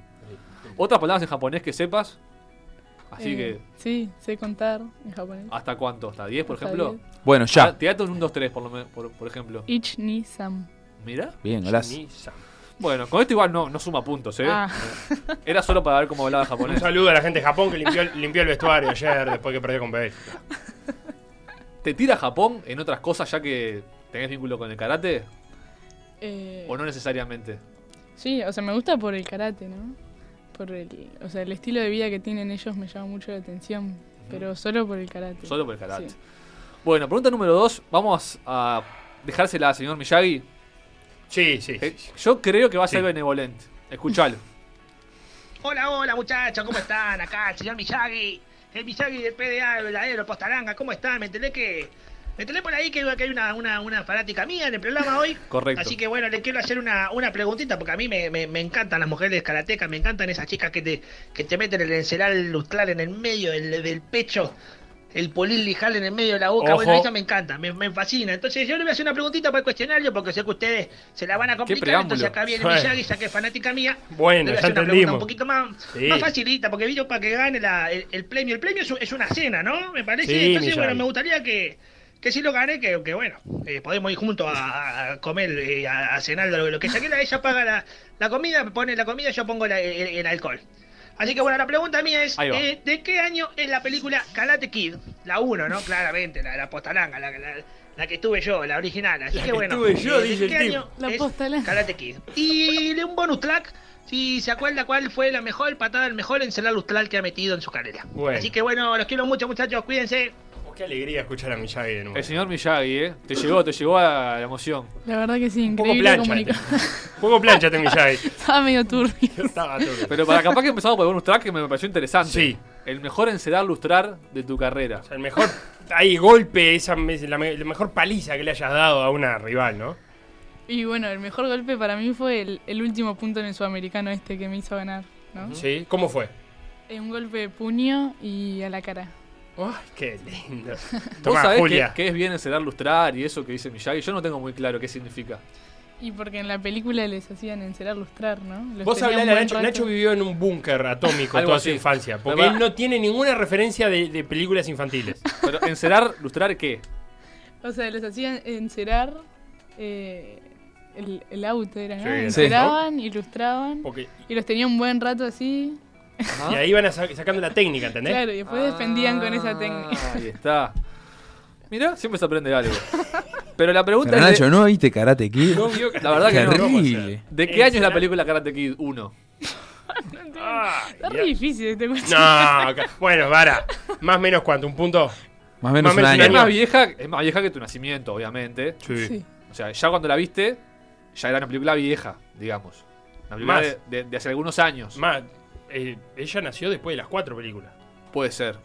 Speaker 1: Otras palabras en japonés que sepas. Así
Speaker 3: Eh,
Speaker 1: que,
Speaker 3: Sí, sé contar en japonés.
Speaker 1: ¿hasta cuánto? ¿Hasta 10, por
Speaker 3: Hasta
Speaker 1: ejemplo?
Speaker 3: 10.
Speaker 4: Bueno,
Speaker 1: Ya.
Speaker 4: ya.
Speaker 1: Tirate un 1, 2, 3, por, lo men- por, por ejemplo.
Speaker 3: Ich ni sam.
Speaker 1: Mira.
Speaker 4: Bien, golazo.
Speaker 2: Shinizan.
Speaker 1: Bueno, con esto igual no, no suma puntos, ¿eh?
Speaker 3: Ah,
Speaker 1: Era solo para ver cómo hablaba
Speaker 2: Un
Speaker 1: japonés.
Speaker 2: saludo a la gente de Japón que limpió, limpió el vestuario ayer después que perdió con Bélgica.
Speaker 1: ¿Te tira a Japón en otras cosas ya que tenés vínculo con el karate?
Speaker 3: eh,
Speaker 1: ¿O no necesariamente?
Speaker 3: Sí, o sea, me gusta por el karate, ¿no? Por el, o sea, el estilo de vida que tienen ellos me llama mucho la atención, pero solo por el karate.
Speaker 1: Solo por el karate.
Speaker 3: Sí.
Speaker 1: Bueno, pregunta número 2. Vamos a dejársela al señor Miyagi.
Speaker 2: Sí, sí.
Speaker 1: Eh, yo creo que va a ser
Speaker 2: Sí.
Speaker 1: benevolente. Escuchalo.
Speaker 7: Hola, hola muchachos, ¿cómo están? Acá el señor Miyagi, el Miyagi del PDA, el verdadero Postaranga, ¿cómo están? Me enteré que. Me enteré por ahí que, que hay una, una, una fanática mía en el programa hoy.
Speaker 1: Correcto.
Speaker 7: Así que bueno, le quiero hacer una, una preguntita, porque a mí me, me- me encantan las mujeres karatecas, me encantan esas chicas que te, que te meten el enceral lustral en el medio del, del pecho. el polil lijal en el medio de la boca.
Speaker 1: Ojo.
Speaker 7: Bueno, esa me encanta, me, me fascina. Entonces, yo le voy a hacer una preguntita para el cuestionario porque sé que ustedes se la van a complicar.
Speaker 1: preámbulo.
Speaker 7: Entonces, acá viene
Speaker 2: Bueno.
Speaker 7: Miyagi, ya que es fanática mía.
Speaker 2: Bueno,
Speaker 7: Le voy a
Speaker 2: ya
Speaker 7: hacer una pregunta
Speaker 2: entendimos.
Speaker 7: Un poquito más,
Speaker 2: Sí.
Speaker 7: más facilita, porque vino para que gane la- el, el premio. El premio es, un- es una cena, ¿no? Me parece.
Speaker 2: Sí,
Speaker 7: Entonces,
Speaker 2: Miyagi.
Speaker 7: bueno, me gustaría que, que si lo gané, que, que bueno, eh, podemos ir juntos a, a comer, eh, a, a cenar, lo, lo que se quiera. Ella paga la, la comida, pone la comida, yo pongo la- el, el alcohol. Así que bueno, la pregunta mía es,
Speaker 1: Ahí va.
Speaker 7: eh, ¿de qué año es la película Karate Kid? La 1, ¿no? Claramente, la, la postalanga, la, la- la que estuve yo, la original. Así que,
Speaker 2: que
Speaker 7: bueno,
Speaker 2: estuve yo,
Speaker 7: eh, ¿de
Speaker 2: dice el
Speaker 7: qué
Speaker 2: tipo.
Speaker 7: año
Speaker 3: La
Speaker 7: es
Speaker 3: postalanga.
Speaker 7: Karate Kid? Y de un bonus track, si se acuerda cuál fue la mejor patada, el mejor encelar lustral que ha metido en su carrera.
Speaker 2: Bueno.
Speaker 7: Así que bueno, los quiero mucho muchachos, cuídense.
Speaker 2: Oh, Qué alegría escuchar a Miyagi de nuevo.
Speaker 1: El señor Miyagi, ¿eh? Te llegó, te llegó a la emoción.
Speaker 3: La verdad que sí,
Speaker 2: Un poco
Speaker 3: increíble
Speaker 2: planchate.
Speaker 3: comunicación.
Speaker 2: Un poco planchate, Miyagi.
Speaker 3: Estaba medio turbio.
Speaker 2: Estaba turbio.
Speaker 1: Pero para capaz que empezamos por un track que me pareció interesante.
Speaker 2: Sí.
Speaker 1: El mejor encerar lustrar de tu carrera.
Speaker 2: O sea, el mejor ahí golpe, esa, es la, me- la mejor paliza que le hayas dado a una rival, ¿no?
Speaker 3: Y bueno, el mejor golpe para mí fue el, el último punto en el sudamericano este que me hizo ganar, ¿no?
Speaker 2: Sí, ¿cómo fue?
Speaker 3: Eh, Un golpe de puño y a la cara.
Speaker 2: Ay, qué lindo.
Speaker 1: ¿Vos
Speaker 2: Tomá,
Speaker 1: sabés
Speaker 2: Julia.
Speaker 1: qué, qué es bien encerar lustrar y eso que dice Miyagi? Yo no tengo muy claro qué significa.
Speaker 3: Y porque en la película les hacían encerar lustrar, ¿no? Los
Speaker 2: Vos
Speaker 3: tenían
Speaker 2: hablás de
Speaker 3: buen
Speaker 2: Nacho.
Speaker 3: rato.
Speaker 2: Nacho vivió en un búnker atómico
Speaker 1: Algo
Speaker 2: toda su
Speaker 1: así.
Speaker 2: infancia. Porque
Speaker 1: Pero va-
Speaker 2: él no tiene ninguna referencia de, de películas infantiles.
Speaker 1: Pero encerar lustrar qué?
Speaker 3: O sea, les hacían encerar eh, el, el auto, era, ¿no?
Speaker 2: Sí,
Speaker 4: Sí.
Speaker 3: Enceraban, ilustraban.
Speaker 2: Porque,
Speaker 3: Y los tenían un buen rato así.
Speaker 1: ¿Ah?
Speaker 2: Y ahí van a sa- sacando la técnica, ¿entendés?
Speaker 3: Claro, y después defendían con esa técnica.
Speaker 1: Ah, Ahí está. Mira, siempre se aprende algo. Pero la pregunta
Speaker 4: Pero
Speaker 1: es. de-
Speaker 4: Nacho, ¿no viste Karate Kid?
Speaker 1: No, yo- la verdad que no.
Speaker 4: Terrible.
Speaker 1: ¿De qué año es la
Speaker 2: Encerar-
Speaker 1: película Karate Kid 1?
Speaker 2: Ah, ya.
Speaker 3: Está re difícil este cuento.
Speaker 2: No, ca- bueno, para. Más o menos cuánto, un punto.
Speaker 4: Más o
Speaker 2: Más
Speaker 4: menos
Speaker 2: o
Speaker 4: un
Speaker 2: menos
Speaker 1: Es
Speaker 2: un
Speaker 4: año.
Speaker 1: más vieja, es más vieja que tu nacimiento, obviamente.
Speaker 3: Sí.
Speaker 1: O sea, ya cuando la viste, ya era una película vieja, digamos. Una película
Speaker 2: Más.
Speaker 1: de, de- de hace algunos años.
Speaker 2: Más, eh, ella nació después de las cuatro películas.
Speaker 1: Puede ser.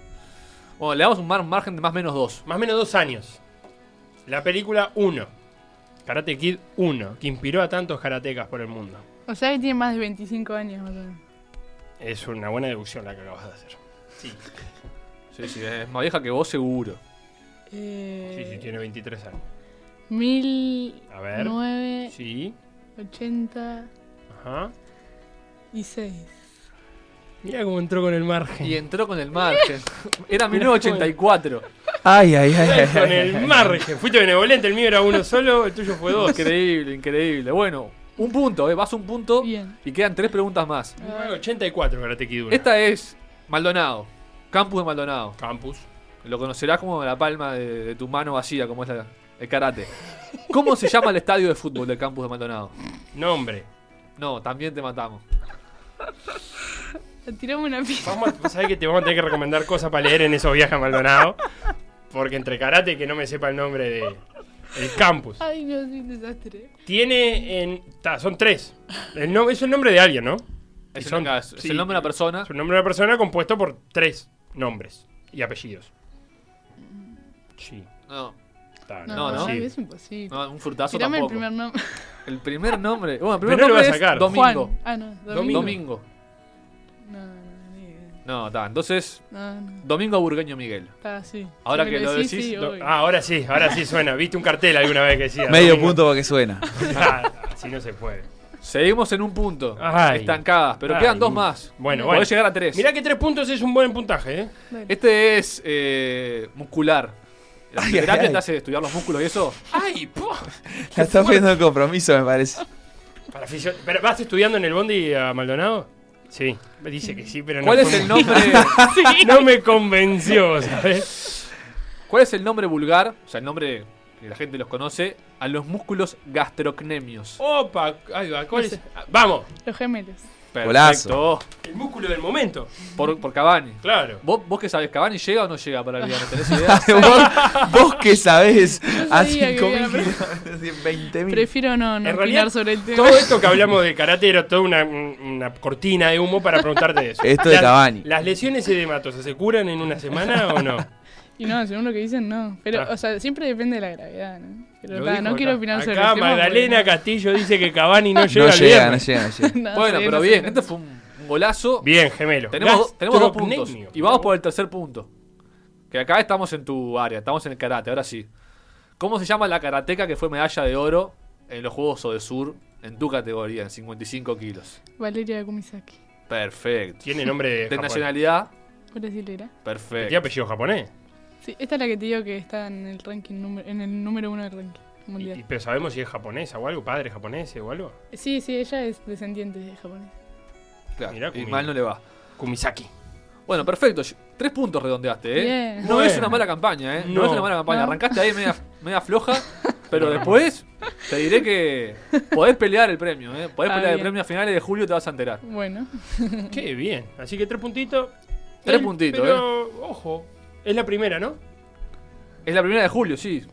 Speaker 1: Bueno, le damos un mar- margen de más o menos dos.
Speaker 2: Más o menos dos años. La película 1. Karate Kid 1, que inspiró a tantos karatecas por el mundo.
Speaker 3: O sea que tiene más de 25 años. más o menos.
Speaker 2: Es una buena deducción la que acabas de hacer. Sí,
Speaker 1: Sí, sí, es más vieja que vos, seguro.
Speaker 3: Eh,
Speaker 2: sí, sí tiene 23 años. A ver. Sí.
Speaker 3: 1986.
Speaker 2: Ajá. Mira cómo entró con el margen.
Speaker 1: Y entró con el margen. Era 1984.
Speaker 4: Ay, ay, ay. ay,
Speaker 2: Con
Speaker 4: ay,
Speaker 2: el margen. Fuiste benevolente, el mío era uno solo, el tuyo fue dos.
Speaker 1: Increíble, increíble. Bueno, un punto, ¿eh? Vas un punto
Speaker 3: Bien.
Speaker 1: y quedan tres preguntas más.
Speaker 2: 84 Karate Kid 1.
Speaker 1: Esta es Maldonado. Campus de Maldonado.
Speaker 2: Campus.
Speaker 1: Lo conocerás como la palma de, de tu mano vacía, como es la- el karate. ¿Cómo se llama el estadio de fútbol del campus de Maldonado?
Speaker 2: Nombre.
Speaker 1: No, también te matamos.
Speaker 3: Tiramos Ah, una pista.
Speaker 2: Vamos a, vos sabés que te vamos a tener que recomendar cosas para leer en esos viajes a Maldonado. Porque entre karate que no me sepa el nombre de el campus.
Speaker 3: Ay, no, soy un desastre. ¿eh?
Speaker 2: Tiene en. ta, son tres. El no- es el nombre de alguien, ¿no?
Speaker 1: Es,
Speaker 2: Y son-
Speaker 1: una- es
Speaker 2: sí, eh,
Speaker 1: el nombre de una persona.
Speaker 2: Es un nombre de una persona compuesto por tres nombres y apellidos. Sí.
Speaker 1: No,
Speaker 2: Está,
Speaker 3: Mm. No,
Speaker 1: No,
Speaker 3: no,
Speaker 1: no.
Speaker 2: sí.
Speaker 3: es imposible.
Speaker 1: no, un frutazo
Speaker 3: Tirame el
Speaker 1: tampoco.
Speaker 3: primer nombre.
Speaker 1: El primer nombre. Bueno, el primer
Speaker 2: Pero no lo
Speaker 1: nombre
Speaker 2: va a
Speaker 1: es
Speaker 2: sacar.
Speaker 1: Domingo.
Speaker 3: Juan. Ah, no,
Speaker 1: Domingo.
Speaker 3: Domingo. No, no, no, ni idea.
Speaker 1: No, está. Entonces,
Speaker 3: No, no,
Speaker 1: Domingo Burgueño Miguel.
Speaker 3: está así.
Speaker 1: Ahora
Speaker 3: Si
Speaker 1: que
Speaker 3: me
Speaker 1: lo decís,
Speaker 3: sí,
Speaker 2: Do-
Speaker 3: obvio.
Speaker 2: ah, ahora sí, ahora sí suena. ¿Viste un cartel alguna vez que decía?
Speaker 4: Medio
Speaker 2: Domingo?
Speaker 4: punto para que suena.
Speaker 2: Ah, así no se puede.
Speaker 1: Seguimos en un punto.
Speaker 2: Ay.
Speaker 1: Estancadas, pero
Speaker 2: Ay.
Speaker 1: quedan dos más.
Speaker 2: Bueno,
Speaker 1: Podés
Speaker 2: bueno.
Speaker 1: llegar a tres.
Speaker 2: Mirá que tres puntos es un buen puntaje, ¿eh?
Speaker 3: Dale.
Speaker 1: Este es eh, muscular. La
Speaker 4: Ay,
Speaker 1: terapia
Speaker 4: ay, ay.
Speaker 1: te hace estudiar los músculos y eso.
Speaker 2: ¡Ay, po!
Speaker 4: La estás poniendo en compromiso, me parece.
Speaker 2: Para fisio- ¿Pero vas estudiando en el bondi a Maldonado? Sí. Me dice que sí, pero no.
Speaker 1: ¿Cuál
Speaker 2: fue
Speaker 1: es el
Speaker 2: muy-
Speaker 1: nombre?
Speaker 2: No me convenció, ¿sabes?
Speaker 1: ¿Cuál es el nombre vulgar? O sea, el nombre que la gente los conoce a los músculos gastrocnemios.
Speaker 2: Oh. Opa, ahí va, ¿cuál
Speaker 3: No
Speaker 2: es?
Speaker 3: sé.
Speaker 2: Ah, Vamos,
Speaker 3: Los gemelos.
Speaker 1: Perfecto.
Speaker 2: el músculo del momento.
Speaker 1: Por, por Cavani.
Speaker 2: Claro.
Speaker 1: ¿Vos, vos qué sabés, ¿Cavani llega o no llega para el viernes? ¿Tenés idea?
Speaker 4: vos, vos que sabés a
Speaker 3: sabía que
Speaker 4: 5.000
Speaker 3: había-
Speaker 4: kilómetros, 20.000.
Speaker 3: Prefiero no, no
Speaker 2: En realidad,
Speaker 3: opinar sobre el tema.
Speaker 2: Todo esto que hablamos de karate era toda una, una cortina de humo para preguntarte eso.
Speaker 4: Esto de
Speaker 2: Las-
Speaker 4: Cavani.
Speaker 2: ¿Las lesiones edematosas se curan en una semana o no?
Speaker 3: Y no, según lo que dicen, no. Pero,
Speaker 2: Ah.
Speaker 3: o sea, siempre depende de la gravedad, ¿no? Pero
Speaker 2: Lo
Speaker 3: ta,
Speaker 2: dijo
Speaker 3: no
Speaker 2: acá.
Speaker 3: quiero opinar sobre
Speaker 2: Acá
Speaker 3: el tema.
Speaker 2: Magdalena
Speaker 3: porque-
Speaker 2: Castillo dice que Cavani no llega
Speaker 4: No
Speaker 2: al
Speaker 4: llega, no
Speaker 2: viernes.
Speaker 4: llega, no llega.
Speaker 3: No,
Speaker 1: bueno,
Speaker 3: sí,
Speaker 1: pero
Speaker 3: no sé,
Speaker 1: bien,
Speaker 3: no
Speaker 1: este
Speaker 3: sé.
Speaker 1: fue un un golazo.
Speaker 2: Bien, gemelo.
Speaker 1: Tenemos, tenemos dos puntos.
Speaker 2: Gastrocnemio.
Speaker 1: Y vamos por el tercer punto. Que acá estamos en tu área, estamos en el karate, ahora sí. ¿Cómo se llama la karateca que fue medalla de oro en los Juegos Odesur en tu categoría, en 55 kilos?
Speaker 3: Valeria Kumisaki.
Speaker 1: Perfecto.
Speaker 2: Tiene nombre de.
Speaker 1: ¿De
Speaker 2: Japón.
Speaker 1: nacionalidad?
Speaker 3: Brasilera.
Speaker 2: ¿Tiene
Speaker 1: Perfecto.
Speaker 2: apellido japonés?
Speaker 3: Sí, esta es la que te digo que está en el ranking número, en el número uno del ranking
Speaker 2: Y-
Speaker 3: mundial.
Speaker 2: y- pero sabemos si es japonesa o algo, padre japonés o algo.
Speaker 3: Sí, sí, ella es descendiente de japonés.
Speaker 1: Claro,
Speaker 2: Mirá
Speaker 1: y
Speaker 2: conmigo.
Speaker 1: mal no le va.
Speaker 2: Kumisaki.
Speaker 1: Bueno, perfecto. Tres puntos redondeaste, ¿eh?
Speaker 3: Bien.
Speaker 1: No
Speaker 2: Bueno.
Speaker 1: es una mala campaña, ¿eh? No,
Speaker 2: No.
Speaker 1: es una mala campaña.
Speaker 3: No.
Speaker 1: Arrancaste ahí media, media floja, pero después te diré que podés pelear el premio, ¿eh? Podés
Speaker 3: Ah,
Speaker 1: pelear el
Speaker 3: bien.
Speaker 1: premio a finales de julio, te vas a enterar.
Speaker 3: Bueno,
Speaker 2: Qué bien. Así que tres puntitos.
Speaker 1: Tres puntitos, ¿eh?
Speaker 2: pero, Ojo. Es la primera, ¿no?
Speaker 1: Es la primera de julio, sí.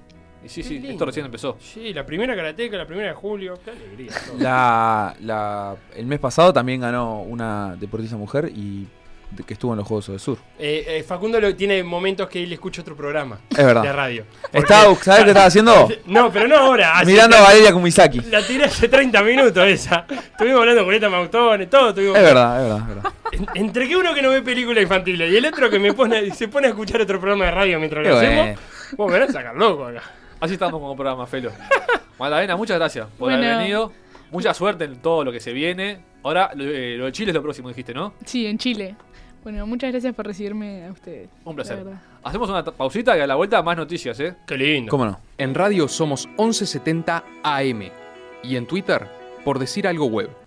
Speaker 1: Y sí,
Speaker 2: Qué
Speaker 1: sí, esto
Speaker 2: lindo.
Speaker 1: recién empezó.
Speaker 2: Sí, la primera karateca, la primera de julio. Qué alegría. todo.
Speaker 4: La, la- el mes pasado también ganó una deportista mujer y de- que estuvo en los Juegos del Sur.
Speaker 2: Eh, eh, Facundo lo- tiene momentos que él escucha otro programa
Speaker 4: Es
Speaker 2: de
Speaker 4: verdad.
Speaker 2: radio.
Speaker 4: Estaba, ¿Sabes qué estaba haciendo?
Speaker 2: No, pero no ahora. hace-
Speaker 4: Mirando a Valeria Kumisaki. Es
Speaker 2: La tiré hace 30 minutos esa. Estuvimos hablando con Eta Mautones, todo. Estuvimos...
Speaker 4: verdad, es verdad, es verdad.
Speaker 2: En- Entre que uno que no ve películas infantiles y el otro que me pone, se pone a escuchar otro programa de radio mientras
Speaker 4: Qué
Speaker 2: lo
Speaker 4: bueno.
Speaker 2: hacemos, vos me van a sacar loco acá.
Speaker 1: Así estamos como programa, Felo. Magdalena, muchas gracias por haber
Speaker 3: Bueno.
Speaker 1: venido. Mucha suerte en todo lo que se viene. Ahora, lo, eh, lo de Chile es lo próximo, dijiste, ¿no?
Speaker 3: sí, en Chile. Bueno, muchas gracias por recibirme a ustedes.
Speaker 1: Un
Speaker 3: la
Speaker 1: placer.
Speaker 3: verdad.
Speaker 1: Hacemos una ta- pausita y a la vuelta más noticias, ¿eh?
Speaker 2: Qué lindo.
Speaker 4: ¿Cómo no?
Speaker 5: En radio somos 1170 AM y en Twitter por decir algo web.